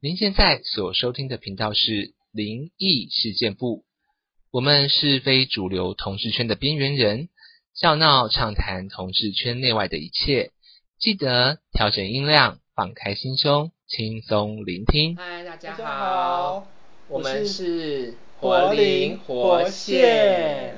您现在所收听的频道是灵异事件部，我们是非主流同志圈的边缘人，笑闹畅谈同志圈内外的一切。记得调整音量，放开心胸，轻松聆听。嗨，大家大家好，我们是活灵灵活活现现。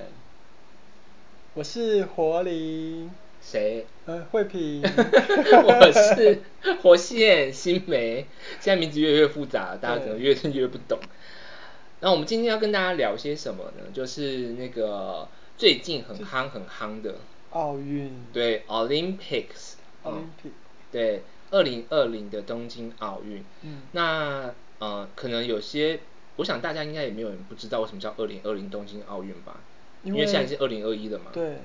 我是活灵，谁？，呃，惠平 我是活现新梅，现在名字越来越复杂，大家可能越听越不懂。那我们今天要跟大家聊些什么呢？就是那个最近很夯很夯的，奥运对 Olympics，奥林嗯匹克，对，二零二零的东京奥运。嗯那呃，可能有些，我想大家应该也没有人不知道为什么叫二零二零东京奥运吧？因因为为现在是二零二一了嘛。对，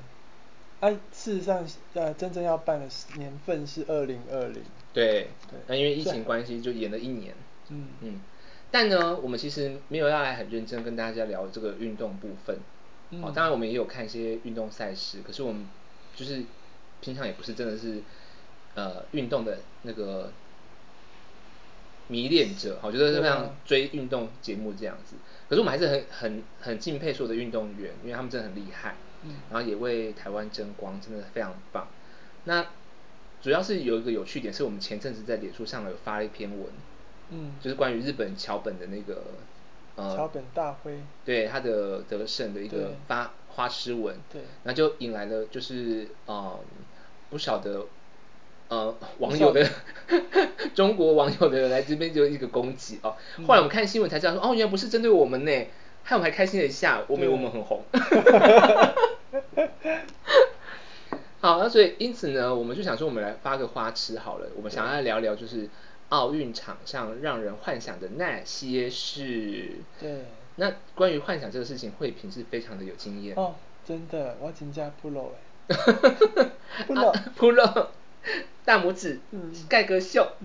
哎、事实上，呃，真正要办的是年份是二零二零，对对，那因为疫所以情关系就延了一年。嗯嗯，但呢，我们其实没有要来很认真跟大家聊这个运动部分。嗯哦，当然我们也有看一些运动赛事，可是我们就是平常也不是真的是呃运动的那个迷恋者，好，就是非对啊常追运动节目这样子。可是我们还是很很很敬佩所有的运动员，因为他们真的很厉害，嗯然后也为台湾争光，真的非常棒。那主要是有一个有趣点，是我们前阵子在脸书上有发了一篇文，嗯，就是关于日本桥本的那个呃桥本大辉对他的得胜的一个对发花痴文，对那就引来了就是呃不少的呃网友的 中国网友的来这边就一个攻击哦。嗯后来我们看新闻才知道说，哦，原来不是针对我们呢，害我们还开心了一下，我们以为我们很红。 好，那所以因此呢，我们就想说，我们来发个花痴好了。我们想要聊聊就是奥运场上让人幻想的那些事。对那关于幻想这个事情，慧萍是非常的有经验。哦，真的，我请假不露 哎， p 不露 p r 啊大拇指嗯，盖个袖。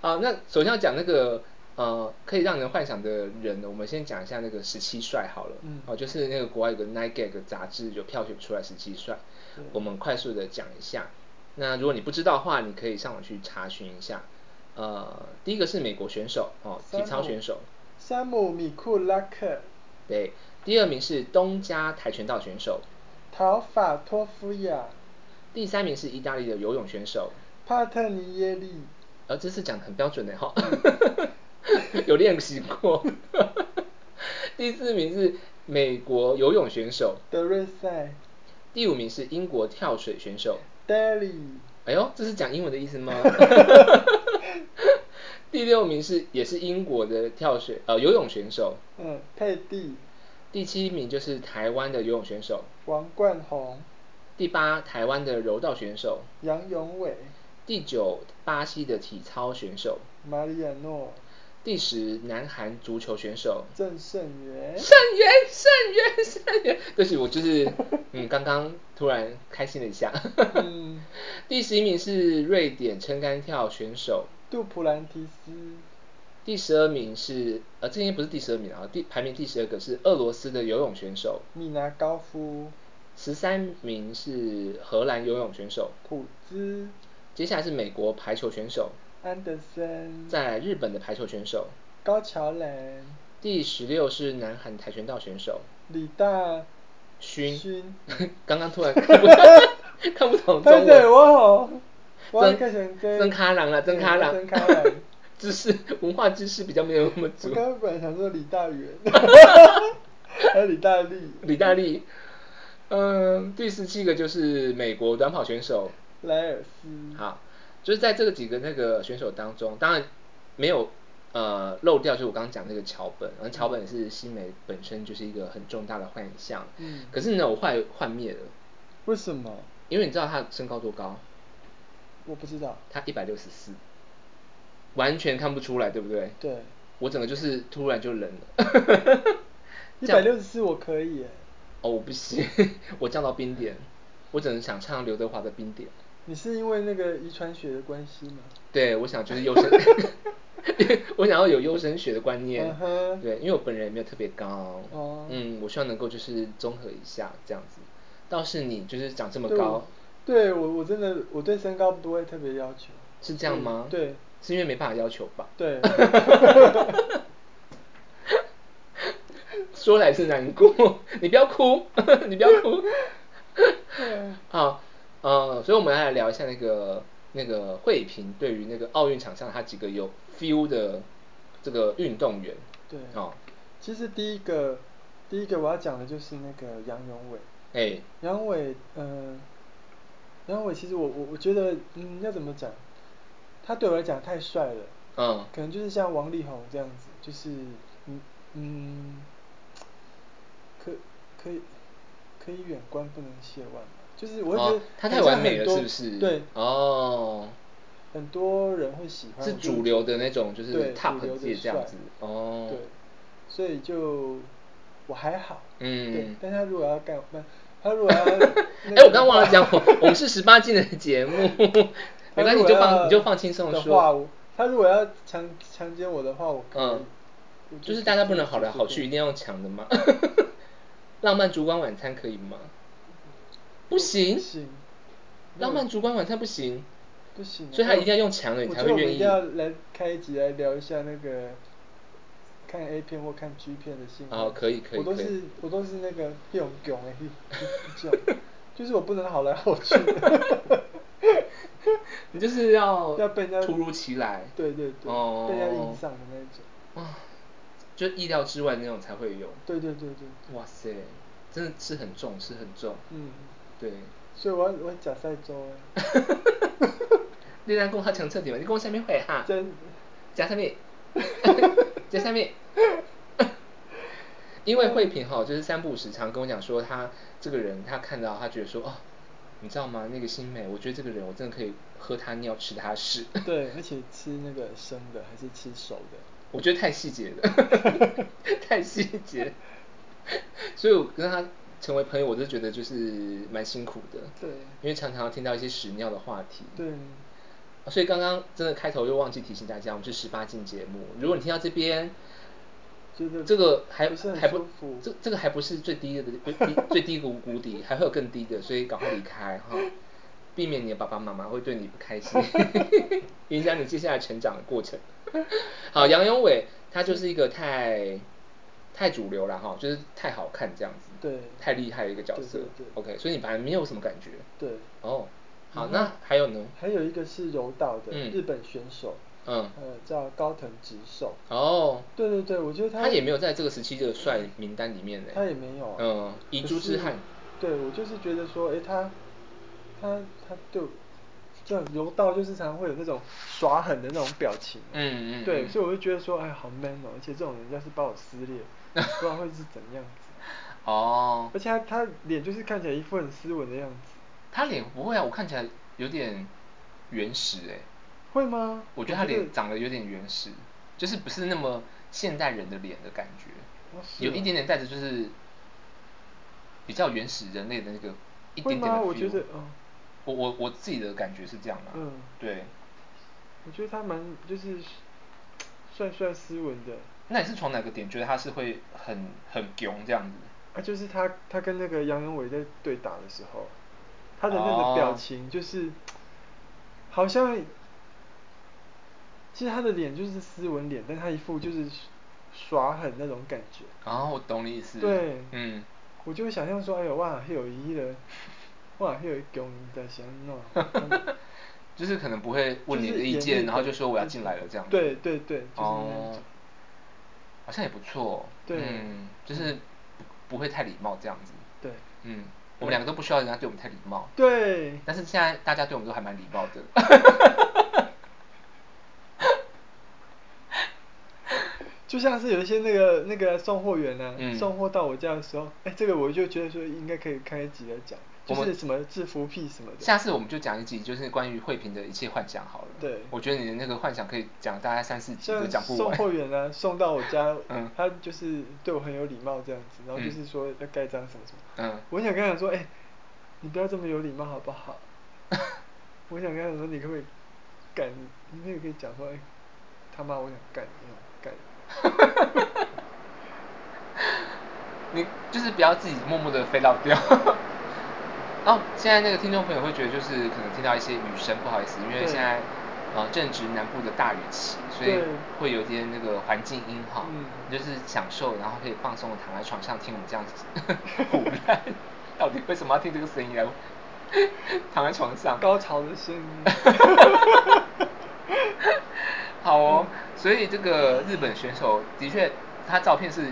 好，那首先要讲那个呃，可以让人幻想的人，我们先讲一下那个十七帅好了。嗯哦，就是那个国外有个 Nine Gag 杂志有票选出来十七帅对，我们快速的讲一下。那如果你不知道的话，你可以上网去查询一下。呃，第一个是美国选手哦，体操选手。山姆米库拉克、对，第二名是东加跆拳道选手，陶法托夫亚、第三名是意大利的游泳选手，帕特尼耶利。呃，这次讲的很标准的哈，有练习过。第四名是美国游泳选手，德瑞赛、第五名是英国跳水选手。 Daily，哎呦，这是讲英文的意思吗？ 第六名是也是英国的跳水呃游泳选手，嗯，佩蒂、第七名就是台湾的游泳选手，王冠宏、第八台湾的柔道选手，杨永伟、第九巴西的体操选手，马里亚诺、第十南韩足球选手，郑胜元。圣元，圣元，圣元。 对不起，我就是，嗯，刚刚突然开心了一下。嗯 第十一名是瑞典撑杆跳选手，杜普兰提斯、第十二名是，呃，这应该不是第十二名啊，第排名第十二个是俄罗斯的游泳选手，米拿高夫、十三名是荷兰游泳选手，普兹、接下来是美国排球选手，安德森、再来日本的排球选手，高桥兰、第十六是南韩跆拳道选手，李大勋勋。 刚刚突然 看不看不 懂中拍对文。我好，我要真开始跟真卡郎了，真卡郎，真卡 郎。知识文化知识比较没有那么我足。刚刚本来想说李 大元，还有李大力、李大利，嗯，第十七个就是美国短跑选手，莱尔斯。好，就是在这个几个那个选手当中，当然没有呃漏掉，就是我刚刚讲那个桥本，而桥本是新美本身就是一个很重大的幻象，嗯可是呢，我幻幻灭了，为什么？因为你知道他身高多高？我不知道。他一百六十四，完全看不出来，对不对？对，我整个就是突然就冷了。 一这样百六十四我可以耶。哦，我不行，我降到冰点，我只能想唱刘德华的冰点。你是因为那个遗传学的关系吗？对，我想就是优 生，我想要有优生学的观念嗯。哼对，因为我本人也没有特别高。哦嗯，我希望能够就是综合一下这样子。倒是你就是长这么对高，我对我我真的我对身高不会特别要求。是这样吗嗯对，是因为没办法要求吧？对， 说来是难过，你不要哭， 你不要哭。好，呃，所以我们来聊一下那个那个惠平对于那个奥运场上他几个有 feel 的这个运动员。对哦，其实第一个第一个我要讲的就是那个杨永伟，哎、杨永伟，呃，杨永伟其实我我我觉得，嗯，要怎么讲？他对我来讲太帅了，嗯可能就是像王力宏这样子，就是嗯嗯，可可以可以远观不能亵玩嘛，就是我会觉得、哦他太完美了是不是对，哦很多人会喜欢，是我就主流的那种就是对 top 主流的界这样帅子哦对，所以就我还好，嗯对，但他如果要干，不，他如 果要哎、那个我刚刚忘了讲，我我们是十八禁的节目， 没关系，你就他如果放要你就放轻松的话，说我，他如果要强强奸我的话，我可以嗯我，就是大家不能好来好去，一定要用抢的嘛。 浪漫烛光晚餐可以吗？不行，不行浪漫烛光晚餐不行，不行啊，所以他一定要用强的，你我才觉得会我们愿一意。定要来开一集来聊一下那个看 A 片或看 G 片的性爱。哦可以可以我都可以是我都是那个 变囧哎，囧， 就是我不能好来好去。 你就是要要被人家突如其来，对对对，哦，被人家硬上的那种。哇，就意料之外的那种才会有。对对对对，哇塞，真的是很重，是很重。嗯，对。所以我要我要假赛周 哎，你咱讲较清楚点嘛，你讲啥物话哈？真加啥 物？加啥物？因为慧萍哈，就是三不五时常跟我讲说，她这个人，她看到她觉得说，哦，你知道吗？那个新美，我觉得这个人我真的可以喝她尿吃她屎，对，而且吃那个生的还是吃熟的？我觉得太细节 了，太细节。所以我跟她成为朋友，我就觉得就是蛮辛苦的，对因为常常听到一些屎尿的话题，对，所以刚刚真的开头又忘记提醒大家，我们是十八禁节目。如果你听到这边，觉得这个还不是很还不舒服这这个还不是最低的最低最低谷谷底，还会有更低的，所以赶快离开哈，避免你的爸爸妈妈会对你不开心， 影响你接下来成长的过程。好，杨永伟他就是一个太太主流了哈，就是太好看这样子，对太厉害的一个角色。对对对 OK，所以你反正没有什么感觉。对嗯哦，好，那还有呢？还有一个是柔道的、嗯日本选手，嗯呃，叫高藤直寿。哦，对对对，我觉得他他也没有在这个时期的帅名单里面呢。他也没有啊嗯，遗珠之可憾是。对，我就是觉得说，哎、他他他就这样柔道就是常常会有那种耍狠的那种表情。嗯嗯对，嗯所以我就觉得说，哎，好 man 哦，而且这种人要是把我撕 裂，不知道会是怎样子。哦而，且他他脸就是看起来一副很斯文的样子，他脸不会啊，我看起来有点原始哎、会吗？我觉得他脸长得得有点原始，就是不是那么现代人的脸的感觉，哦是有啊一点点带着就是比较原始人类的那个一会点点的吗 feel。我觉得哦我我我自己的感觉是这样的、嗯对。我觉得他蛮就是帅帅斯文的。那你是从哪个点觉得他是会很很囧这样子？啊，就是他他跟那个杨永伟在对打的时候，他的那个表哦情就是、好像，其实他的脸就是斯文脸，但他一副就是耍狠那种感觉。哦，我懂你意思。对，嗯，，我就会想象说，哎呦哇，迄有伊了，哇，迄有囧在想喏 就是可能不会问你就的是意严见，厉然后的就说我要进来了这样子。对对对，就是那哦种，好像也不错。对嗯，就是不不会太礼貌这样子。对嗯，我们两个都不需要人家对我们太礼貌。对但是现在大家对我们都还蛮礼貌 的。就像是有一些那个那个送货员啊，嗯送货到我家的时候，哎、这个我就觉得说应该可以开一集来讲，我就们是什么制服癖什么的。下次我们就讲一集，就是关于慧萍的一切幻想好了。对我觉得你的那个幻想可以讲大概三四集都像讲不送完。货员啊，送到我家， 嗯他就是对我很有礼貌这样子，然后就嗯是说要盖章什么什么。嗯我很想跟他讲说，哎、你不要这么有礼貌好不好？ 我想跟他讲说，你可不可以干？你你可以讲说，哎、他妈我想干你，我想干你。 你就是不要自己默默的飞到掉。哦，现在那个听众朋友会觉得就是可能听到一些雨声，不好意思，因为对现在呃正值南部的大雨期，所以对会有点那个环境音哈，嗯你就是享受，然后可以放松地躺在床上听我们这样子 胡乱， 到底为什么要听这个声音来？啊 躺在床 上，高潮的声音。 好哦，所以这个日本选手的确，他照片是，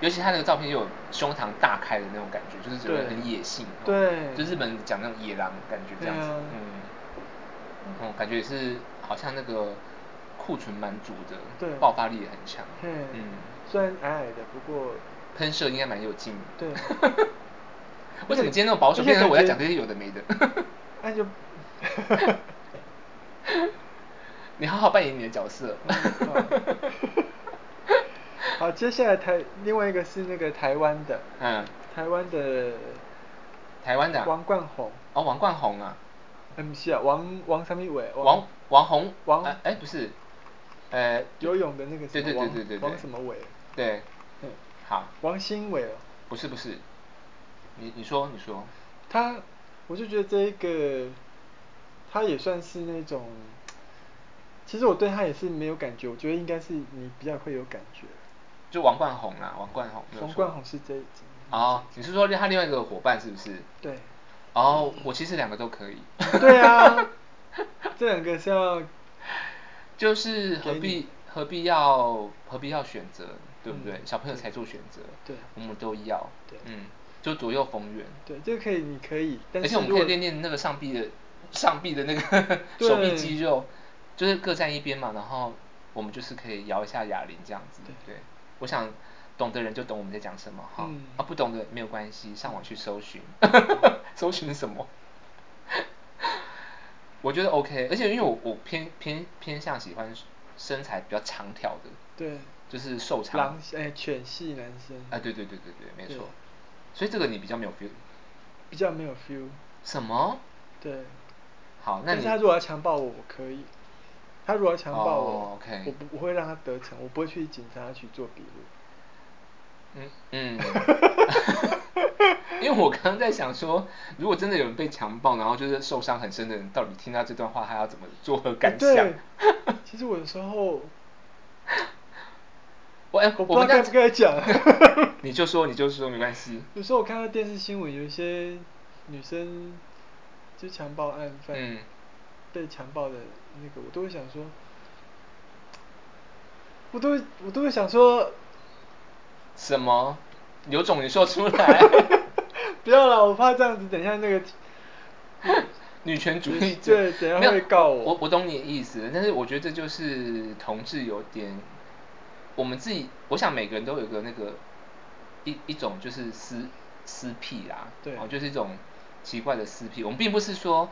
尤其他那个照片就有胸膛大开的那种感觉，就是整个对很野性、哦，对就日本人讲那种野狼感觉这样子，对啊嗯，嗯，感觉也是好像那个库存蛮足的，对爆发力也很强，嘿嗯，虽然矮矮的，不过 喷射应该蛮有劲，对 为什么今天那么保守？而且变成我在讲感觉这些有的没的。那就 你好好扮演你的角色。嗯好，接下来台另外一个是那个台湾的， 嗯，台湾的台湾的啊王冠宏哦，王冠宏啊，呃不是啊，王王什么伟，王王宏王哎、哎不是，呃游泳的那个什对对么对王对对对王什么伟对，嗯，好，王新伟哦，不是不是，你你说你说，他我就觉得这一个他也算是那种，其实我对他也是没有感觉，我觉得应该是你比较会有感觉。就王冠宏啦，王冠宏哦没有王错冠宏是这一集哦，你是说他另外一个伙伴是不是？对，哦，我其实两个都可以。对啊， 这两个是要就是何必何必要何必要选择，对不对？嗯小朋友才做选择，对我们都要，对嗯，就左右逢源。对，这个可以，你可以，但而是且我们如可以果练练那个上臂的上臂的那个 对手臂肌肉，就是各站一边嘛，然后我们就是可以摇一下哑铃这样子。对对，我想懂的人就懂我们在讲什么哈，嗯啊不懂的没有关系，上网去搜寻， 搜寻什么？我觉得 OK，而且因为我我偏偏偏向喜欢身材比较长条的，对就是瘦长，狼哎、犬系男生啊对对对对对，没对错，所以这个你比较没有 feel，比较没有 feel，什么？对。好，那但你是他如果要强暴我，我可以。他如果要强暴我、哦，OK 我不我会让他得逞，我不会去警察局做笔录。嗯嗯， 因为我刚刚在想说，如果真的有人被强暴，然后就是受伤很深的人，到底听到这段话他要怎么作何感想哎对？其实我有时候 我哎，我不们知道这样该不该讲 你就说，你就说，没关系。 有时候我看到电视新闻，有一些女生就强暴案犯，嗯被强暴的那个，我都会想说，我都会我都会想说， 什么？有种你说出来。不要了，我怕这样子，等一下那个，女权主义者对等一下没有会告我我我懂你的意思，但是我觉得这就是同志有点，我们自己，我想每个人都有一个那个一一种就是私私癖啦，对哦，就是一种奇怪的私癖。我们并不是说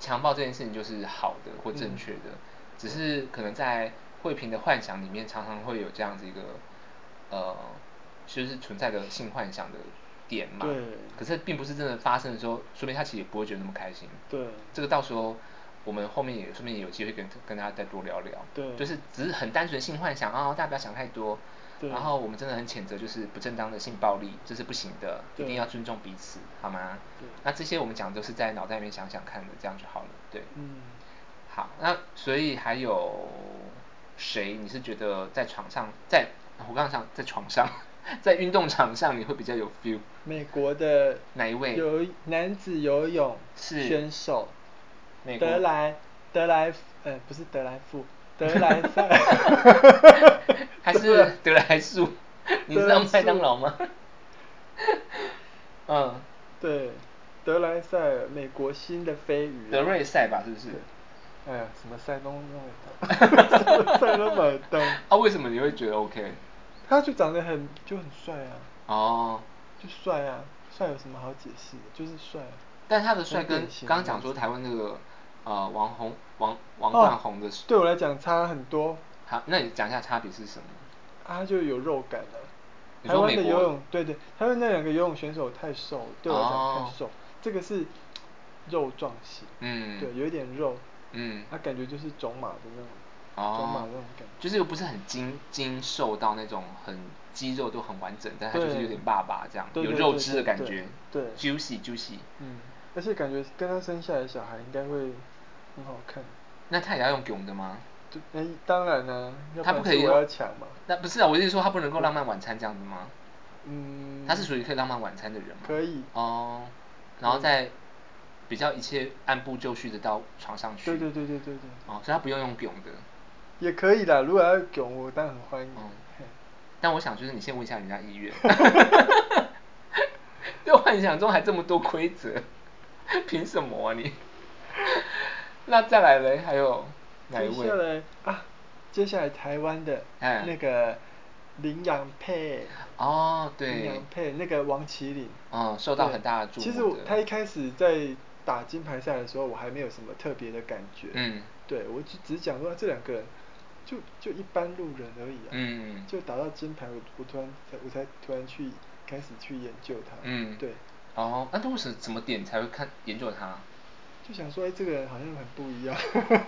强暴这件事情就是好的或正确的，嗯只是可能在慧萍的幻想里面，常常会有这样子一个呃，就是存在的性幻想的点嘛。对可是并不是真的发生的时候，说明他其实也不会觉得那么开心。对这个到时候我们后面也顺便也有机会跟跟大家再多聊聊。对就是只是很单纯性幻想啊、大家不要想太多。对然后我们真的很谴责就是不正当的性暴力，这是不行的，一对定要尊重彼此，好吗对？那这些我们讲都是在脑袋里面想想看的，这样就好了。对，嗯，好，那所以还有谁？你是觉得在床上，在我刚刚想在床上， 在运动场上你会比较有 feel？美国的哪一位游男子游泳是选手，美国，德莱德莱呃不是德莱富，德莱范 还是德莱树？你知道麦当劳吗？嗯，对，德莱塞尔，美国新的飞鱼。德瑞赛吧，是不是？哎呀，什么塞东买 单，什么塞东买单，啊，为什么你会觉得 OK？他就长得很就很帅啊，哦，就帅啊，帅有什么好解释的？就是帅、啊。但他的帅很跟典型刚刚讲说台湾那个呃王红王王冠宏的哦，，对我来讲差很多，好，那你讲一下差别是什么？他就有肉感了、你台说湾美的国游泳，对对，台湾那两个游泳选手太瘦，对我来讲哦太瘦，这个是肉状型，嗯对，有一点肉，嗯他感觉就是种马的那种，种马哦的那种感觉，就是又不是很精精瘦到那种很肌肉都很完整，但他就是对有点爸爸这样，对有对肉对汁对的感对觉，对嗯 j u i c y juicy。嗯，而且感觉跟他生下来的小孩应该会很好看，那他也要用囧的吗？对，那当然呢、要他不不然可以是用我要抢嘛。那不是啊，我是说他不能够浪漫晚餐这样子吗？嗯，他是属于可以浪漫晚餐的人吗？可以嗯哦，然后再比较一切按部就绪的到床上去。对对对对对对哦，所以他不用用囧的。也可以啦，如果要囧，我当然很欢迎。嗯嘿但我想就是你先问一下人家意 愿。就幻想中还这么多规则，凭什么啊你？ 那再来嘞，还有哪一接下位？来啊，接下来台湾的哎那个羚羊配，哦，羚对羊，配那个王麒麟，嗯受到对很大的注其实目我的他一开始在打金牌赛的时候，我还没有什么特别的感觉，嗯对我就只是讲说这两个人就就一般路人而已啊，嗯就打到金牌，我我突然才我才突然去开始去研究他，嗯，对，哦，那都是怎么点才会看研究他？就想说哎、这个人好像很不一样，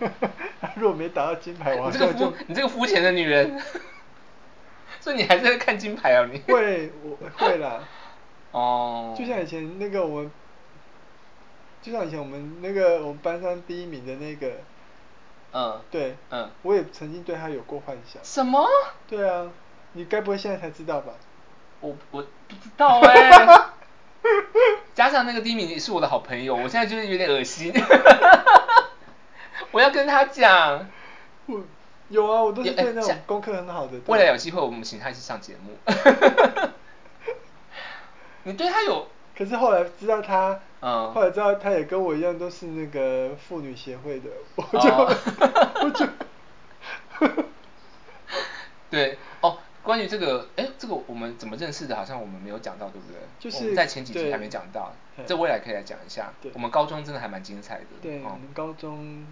如果没打到金牌，我好哎你这个像就肤，你这个肤浅的女人， 所以你还是在看金牌哦，你。 会我会啦。哦。就像以前那个我们，就像以前我们那个我们班上第一名的那个，嗯对，嗯我也曾经对他有过幻想。什么？对啊，你该不会现在才知道吧？我我不知道哎、 加上那个第一名也是我的好朋友，我现在就是有点恶心。 我要跟他讲，我有啊，我都是有哎对那种像功课很好的。未来有机会我们请他一起上节目。 你对他有可是后来知道他，嗯后来知道他也跟我一样都是那个妇女协会的，我就、哦 我就 对哦，关于这个，哎，这个我们怎么认识的？好像我们没有讲到，对不对？就是我们在前几集对还没讲到嘿，这未来可以来讲一下对。我们高中真的还蛮精彩的。对，我嗯们高中，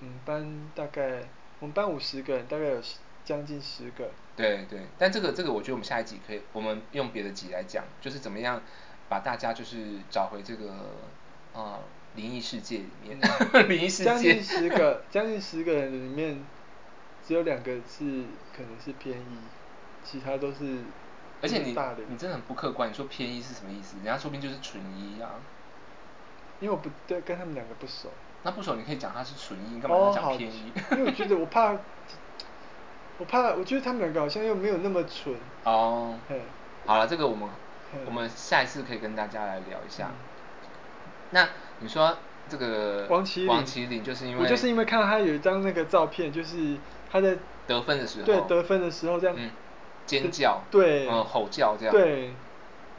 嗯，班大概我们班五十个人，大概有十将近十 个，对对，但这个这个，我觉得我们下一集可以，我们用别的集来讲，就是怎么样把大家就是找回这个呃灵异世界里面， 灵异世嗯将界近十个，将近十个人里面，只有两个是可能是偏一，其他都是而且你大龄你真的很不客观，你说偏一是什么意思？人家说不定就是纯一啊。因为我不对跟他们两个不熟，那不熟你可以讲他是纯一，你干嘛哦要好，讲偏一？因为我觉得我怕，我怕我觉得他们两个好像又没有那么蠢， 哦嘿，好了，这个我们嗯我们下一次可以跟大家来聊一下嗯。那你说这个王麒麟，王麒麟就是因为我就是因为看到他有一张那个照片，就是他在得分的时候，对得分的时候这样，嗯，尖叫，对，嗯，吼叫这样，对，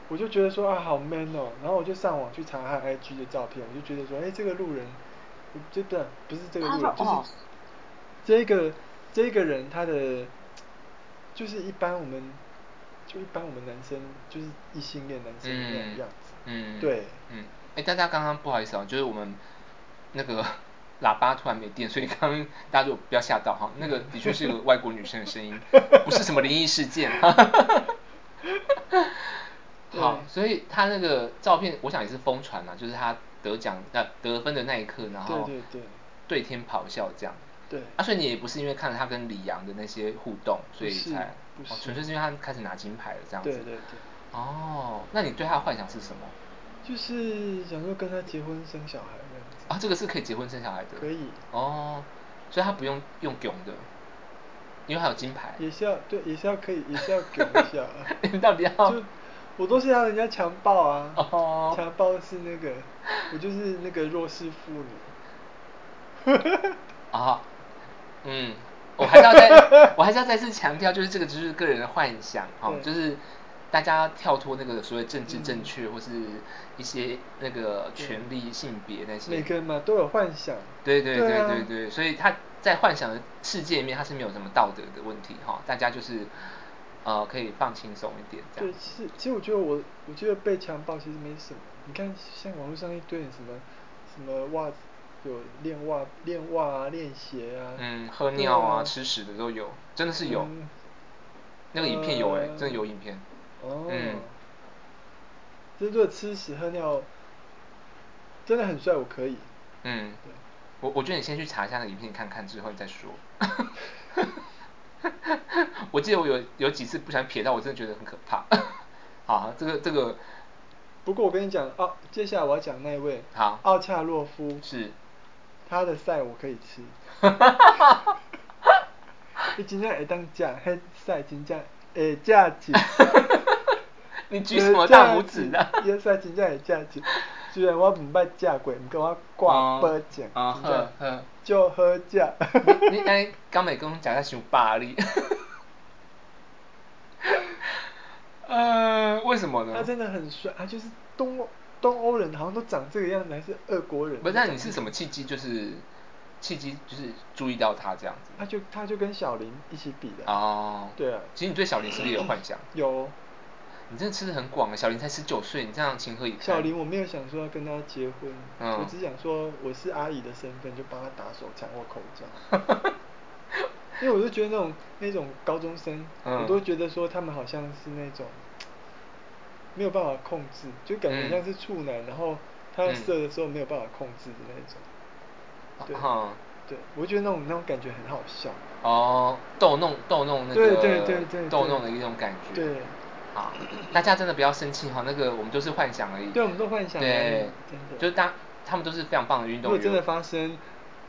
我就觉得说啊，好 man 哦、然后我就上网去查他 IG 的照片，我就觉得说，哎、这个路人，我就不是不是这个路人，就是这个这个人他的，就是一般我们就一般我们男生就是异性恋男生的那种样子，嗯，对，嗯，哎，大家刚刚不好意思啊，就是我们那个 喇叭突然没电，所以刚刚大家就不要吓到哈，那个的确是个外国女生的声 音，不是什么灵异事件。 好，所以他那个照片，我想也是疯传啦，就是他得奖那、得分的那一刻，然后对对对对天咆哮这样。对啊，所以你也不是因为看了他跟李阳的那些互动，所以不是才不哦是纯粹是因为他开始拿金牌了这样子。对对对，哦，那你对他的幻想是什么？就是想说跟他结婚生小孩这样子，啊，这个是可以结婚生小孩的。可以哦，所以他不用用囧的，因为他有金牌。。也是要对，也是要可以，也是要给一下啊 你到底要就我都是让人家强暴啊。哦强暴是那个，我就是那个弱势妇女。啊，嗯，我还是要 再，我还是要再次强调，就是这个只是个人的幻想哦哈、就对是大家跳脱那个所谓政治正确、或是一些那个权利、性别 那些。 每个人嘛都有幻想。对对对对啊对对，所以他在幻想的世界里面，他是没有什么道德的问题哈、大家就是呃可以放轻松一点这对，样。其实其实我觉得我，我觉得被强暴其实没什么。你看，像网络上一堆人什么什么袜子，有练袜、练袜啊、练鞋啊，嗯，喝对尿啊、啊吃屎的都有，真的是有。嗯那个影片有哎、呃真的有影片。哦，嗯，这如果吃屎喝尿，真的很帅，我可以。嗯，对，我我觉得你先去查一下那个影片看看，之后你再说。 我记得我有有几次不小心瞥到，我真的觉得很可怕。 好，这个这个不过我跟你讲，哦奥、接下来我要讲那一位，好嗯奥恰洛夫，是 他的赛我可以吃，你真正会当食，迄屎真正会食起。 你举什么大拇指 啊？伊屎真正会食起，虽然我毋捌食过，毋过我挂保证，哦真正好好就好食。你哎你安尼敢袂讲食甲伤霸力？ 呃，为什么呢？ 他真的很帅，他就是东欧东欧人，好像都长这个样子，还是俄国人？不是，那你是什么契机？就是契机，就是注意到他这样子。他就他就跟小林一起比的。哦，对啊其实你对小林是不是也有幻想？有你真的吃的很广啊，小林才十九岁，你这样情何以堪？小林，我没有想说要跟他结婚，嗯我只想说我是阿姨的身份，就帮他打手枪或口罩。 因为我就觉得那种那种高中生，嗯我都觉得说他们好像是那种没有办法控制，就感觉嗯像是处男，然后他要嗯射的时候没有办法控制的那种。对哈对，我觉得那种那种感觉很好笑。哦，逗弄逗弄那对个，对对对逗对弄的一种感觉。对好，大家真的不要生气哈，那个我们都是幻想而已。对我们都幻想而已对，真的就是大他们都是非常棒的运如动果员。真的发生，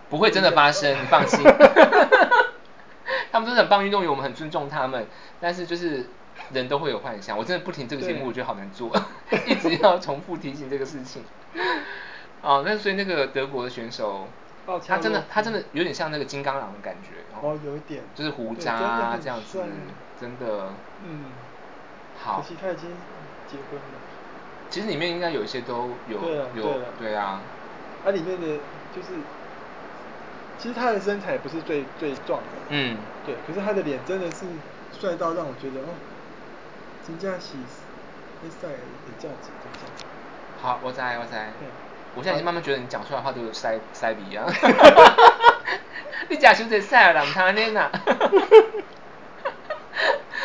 不会真的发生，你放心。他们真的很棒运动员，我们很尊重他们，但是就是人都会有幻想。我真的不听这个节目，对我觉得好难做， 一直要重复提醒这个事情。哦，那所以那个德国的选手奥，恰他真的洛夫他真的有点像那个金刚狼的感觉，哦有一点就是胡对渣真的啊很这样子帅，真的，嗯，好可。惜他已经结婚了。其实里面应该有一些都有对啊有对啊对啊，它里面的就是，其实他的身材不是最最壮的，嗯对，可是他的脸真的是帅到让我觉得哦，真正是那帅的价值，真正。好，我在，我在对。我现在已经慢慢觉得你讲出来的话都有塞塞鼻 啊。你假修这塞了，他呢呐。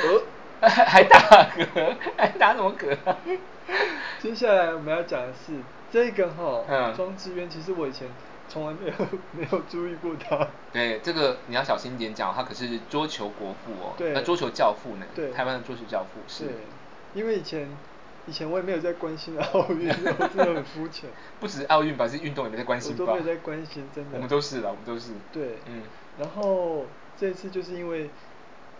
呃呃 还打嗝， 还打什么嗝、 啊？接下来我们要讲的是这个哈，嗯庄智渊，其实我以前从来没有 没有注意过他。对，这个你要小心一点讲，他可是桌球国父哦，对呃，桌球教父呢，对台湾的桌球教父是对，，因为以前以前我也没有在关心奥运， 所以我真的很肤浅， 不止奥运吧，是运动也没在关心吧？我都没有在关心真的我们都是啦，我们都是。对，嗯，然后这次就是因为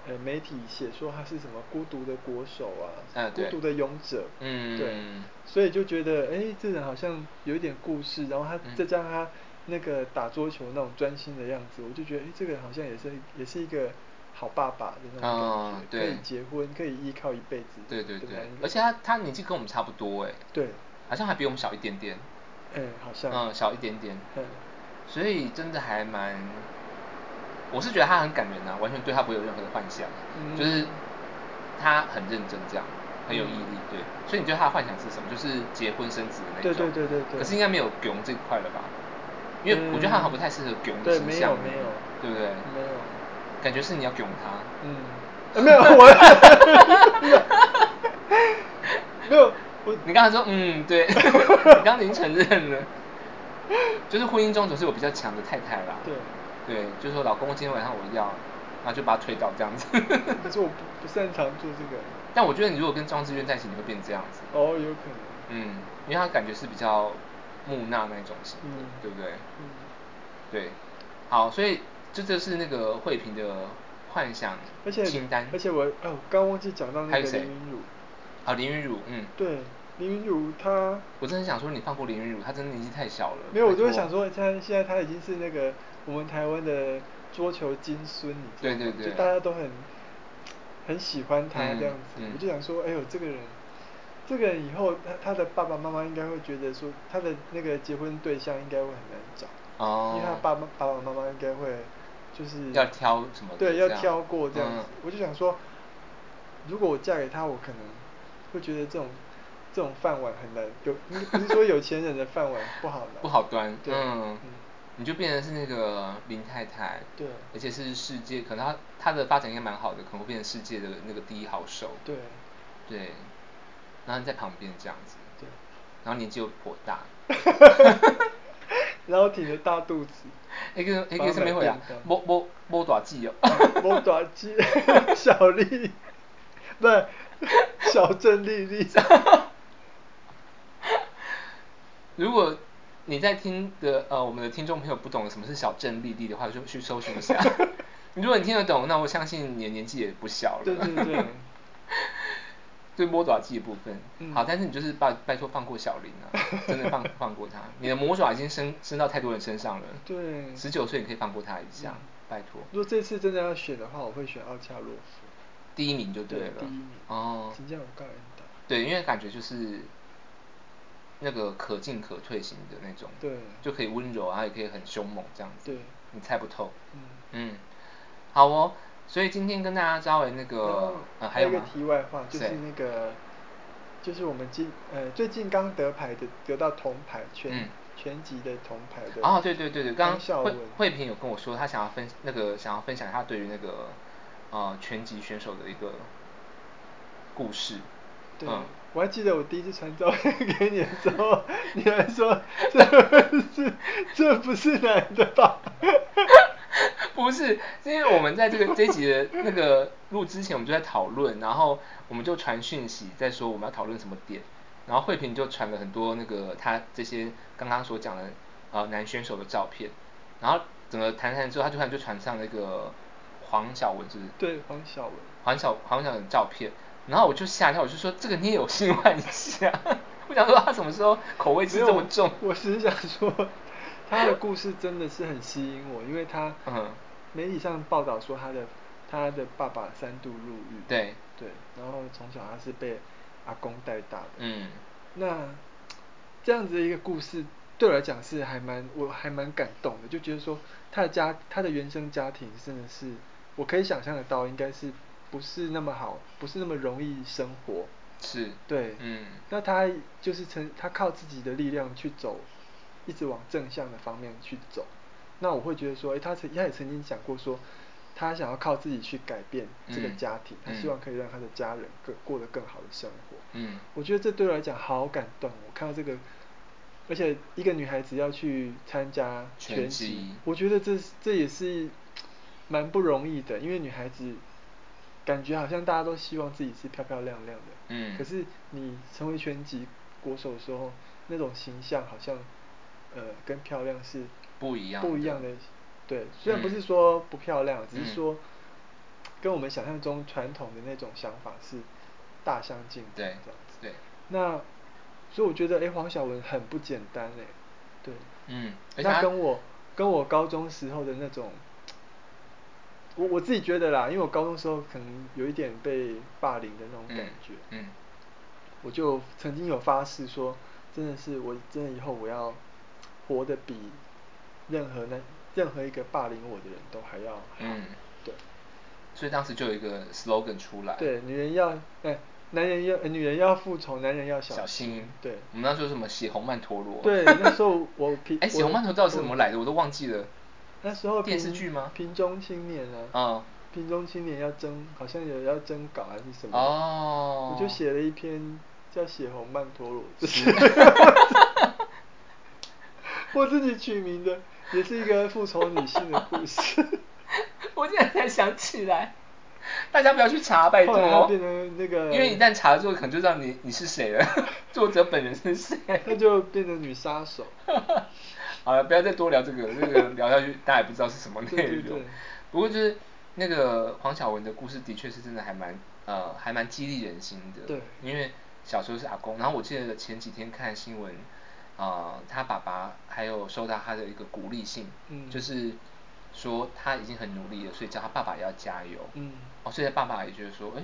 呃媒体写说他是什么孤独的国手啊，嗯孤对独的勇者，嗯对，所以就觉得哎，这人好像有一点故事，然后他嗯再加上他那个打桌球那种专心的样子，我就觉得哎，这个好像也是也是一个好爸爸的那种哦感觉，可对以结婚，可以依靠一辈子，对对的对男人，而且他他年纪跟我们差不多哎，对，好像还比我们小一点点，哎，好像，嗯，小一点点，嗯所以真的还蛮，我是觉得他很感人啊，完全对他不会有任何的幻想，嗯就是他很认真这样，很有毅力，对，所以你对他的幻想是什么？就是结婚生子的那种，嗯对对对对对嗯可是应该没有囧这一块了吧？因为我觉得他好像不太适合囧的对形没有象，没有对不对？没有，感觉是你要囧他，嗯，呃 没有我，没有我，你刚才说嗯 对，你刚刚已经承认了，就是婚姻中总是有比较强的太太啦。对对，就是说老公今天晚上我要，然后就把他推倒这样子。 可是我不不擅长做这个， 但我觉得你如果跟庄智渊在一起，你会变这样子。哦，有可能，嗯，因为他感觉是比较木讷那种型，嗯对不对？嗯，对，好，所以这就是那个慧萍的幻想而且清单，而且我哦，刚忘记讲到还那有个谁林云儒，好，林云儒，嗯，对，林云儒他我真的想说你放过林云儒，他真的年纪太小了。没有，我拜就会托想说，他现在他已经是那个我们台湾的桌球金孙，你知道对吗？对对就大家都很很喜欢他嗯这样子。嗯我就想说，哎呦，这个人，这个人以后他他的爸爸妈妈应该会觉得说，他的那个结婚对象应该会很难找，哦因为他的爸妈爸爸妈妈应该会就是要挑什么对，这要样挑过这样子。嗯我就想说，如果我嫁给他，我可能会觉得这种这种饭碗很难，有不是说有钱人的饭碗 不好拿，不好端，对，嗯，你就变成是那个林太太，对而且是世界，可能她她的发展应该蛮好的，可能会变成世界的那个第一好手，对对，然后你在旁边这样子，对，然后年纪又颇 大，然后挺着大肚 子，那个那个什么会啊，摸摸摸大记哦， 摸短肌， 小丽，不是小郑丽丽，如果你在听的呃，我们的听众朋友不懂什么是小镇丽丽的话，就去搜寻一 下。如果你听得懂，那我相信你的年纪也不小了。对 对对。对摸爪记的部分，嗯好，但是你就是拜拜托放过小林啊， 真的放放过他，你的魔爪已经伸伸到太多人身上了。对嗯十九岁你可以放过他一下，拜托。如果这次真的要选的话，我会选奥恰洛夫。第一名就对了。第一名哦，评价有高人大。对，因为感觉就是那个可进可退型的那种，对就可以温柔啊，也可以很凶猛这样子，对你猜不透，嗯好哦，所以今天跟大家稍微那然后个，呃，还还有有一个吗题外话，就是谁那个，就是我们近呃最近刚得牌的得到铜牌全、嗯全集的铜牌的哦，对对对对，刚刚张孝慧文慧萍有跟我说，她想要分那个想要分享她对于那个呃拳击选手的一个故事，对、嗯 我还记得我第一次传照片给你的时候， 你还说这不是这不是男的吧？ 不是，是因为我们在这个这一集的那个录之前，我们就在讨论，然后我们就传讯息在说我们要讨论什么点，然后慧萍就传了很多那个她这些刚刚所讲的呃男选手的照片，然后整个谈谈之后，她突然就传上那个黄晓雯是不是？对，黄晓雯。黄晓黄晓雯的照片，然后我就吓一跳，我就说这个你也有新换一下，我想 说他什么时候口味是没有这么重？我只是想说， 他的故事真的是很吸引我，因为他嗯媒体上报道说他的他的爸爸三度入狱，对对，然后从小他是被阿公带大的，嗯那这样子的一个故事对我来讲是还蛮我还蛮感动的，就觉得说他的家他的原生家庭真的是我可以想象得到，应该是不是那么好，不是那么容易生活，是对，嗯那他就是成他靠自己的力量去走，一直往正向的方面去走。那我会觉得说，诶，他曾他也曾经讲过说，他想要靠自己去改变这个嗯家庭，他希嗯望可以让他的家人更过得更好的生活。嗯我觉得这对我来讲好感动，哦我看到这个，而且一个女孩子要去参加拳拳击击，我觉得这是这也是蛮不容易的，因为女孩子感觉好像大家都希望自己是漂漂亮亮的，嗯可是你成为拳击国手的时候，那种形象好像呃跟漂亮是不一样不一的样的，对，虽然不嗯是说不漂亮，只嗯是说跟我们想象中传统的那种想法是大相径庭，对这样子。对那所以我觉得，哎、黄晓雯很不简单哎、对，嗯而且她那跟我跟我高中时候的那种，我我自己觉得啦，因为我高中时候可能有一点被霸凌的那种嗯感觉，嗯我就曾经有发誓说，真的是我真的以后我要活得比任何那任何一个霸凌我的人都还要好，嗯对所以当时就有一个 slogan 出来，对，女人要哎、男人要、呃女人要复仇，男人要小小心，对。我们那时候什么血红曼陀罗，对，那时候我平 哎，血红曼陀罗到底是怎么来的，我都忘记了，那时候电贫视剧吗贫中青年啊，嗯贫中青年要征，好像有要征稿还是什么？哦我就写了一篇叫《血红曼陀罗》，就是 我自己取名的，也是一个复仇女性的故事。 我现在才想起来，大家不要去查，拜后来它托。变成那个因为一旦查了之后，可能就知道你你是谁了， 作者本人是谁。那就变成女杀手。 好了，不要再多聊这 个，这个聊下去大家也不知道是什么内容。对对对不过就是那个黄晓雯的故事，的确是真的还蛮呃还蛮激励人心的。对因为小时候是阿公，然后我记得前几天看新闻，啊、他爸爸还有收到他的一个鼓励信，嗯就是说他已经很努力了，所以叫他爸爸也要加油。嗯哦，所以他爸爸也觉得说，哎、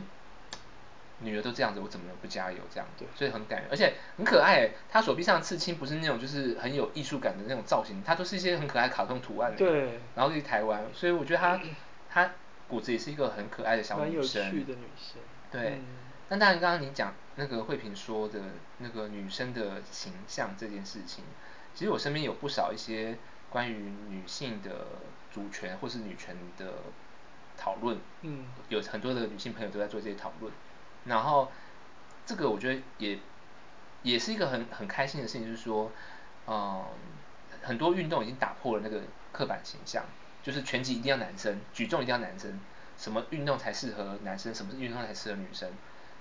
女儿都这样子，我怎么能不加油这样？对所以很感人，而且很可爱。她手臂上的刺青不是那种就是很有艺术感的那种造型，它都是一些很可爱的卡通图案。对然后去台湾，所以我觉得她她骨子里是一个很可爱的小蛮女有生，趣的女生对嗯。那当然，刚刚你讲那个慧萍说的那个女生的形象这件事情，其实我身边有不少一些关于女性的主权或是女权的讨论，嗯有很多的女性朋友都在做这些讨论，然后这个我觉得也也是一个很很开心的事情，就是说，嗯，很多运动已经打破了那个刻板形象，就是拳击一定要男生，举重一定要男生，什么运动才适合男生，什么运动才适合女生，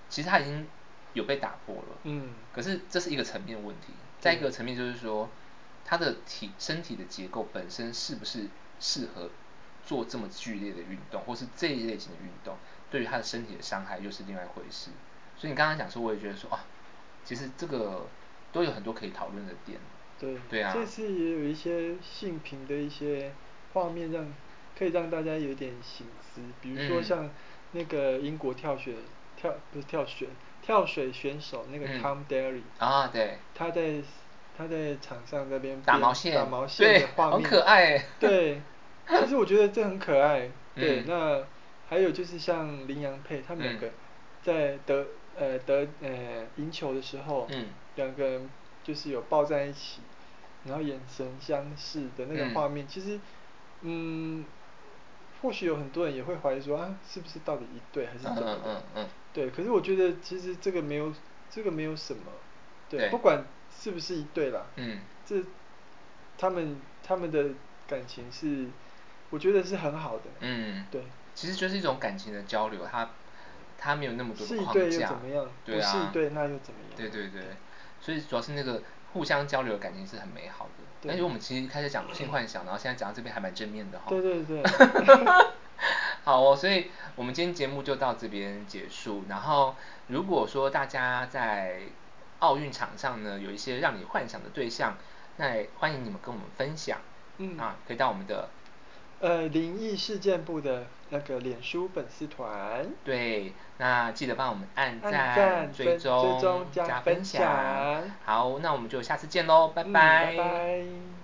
其实它已经有被打破了，嗯可是这是一个层面问题，再一个层面就是说，他的体身体的结构本身是不是适合做这么剧烈的运动，或是这一类型的运动，对于他的身体的伤害又是另外一回事。所以你刚刚讲说，我也觉得说啊，其实这个都有很多可以讨论的点。对，对啊这次也有一些性平的一些画面让可以让大家有点醒思，比如说嗯像那个英国跳雪跳不是跳雪跳水选手那个嗯 Tom Derry，、啊，对，他在他在场上那边打变毛线打毛线对的画面，很可爱欸对，其实我觉得这很可爱。 对，嗯那还有就是像林洋配他们两嗯个在得、呃得呃赢球的时候，嗯两个人就是有抱在一起，然后眼神相视的那种嗯画面，其实嗯。或许有很多人也会怀疑说啊，是不是到底一对还是怎么的？嗯嗯嗯嗯对，可是我觉得其实这个没有，这个没有什么，对，对不管是不是一对啦，嗯这他们他们的感情是，我觉得是很好的，嗯，对，其实就是一种感情的交流，它它没有那么多是的一框对又架怎么样，对不是啊一对那又怎么样？对对对，所以主要是那个互相交流的感情是很美好的。对而且我们其实一开始讲性幻想，然后现在讲到这边还蛮正面的哈。对对对 好哦，所以我们今天节目就到这边结束。然后，如果说大家在奥运场上呢有一些让你幻想的对象，那也欢迎你们跟我们分享。嗯啊，可以到我们的呃，灵异事件部的那个脸书粉丝团，对，那记得帮我们按赞、按赞追分追踪、踪加加分享享。好，那我们就下次见喽，拜嗯拜。拜拜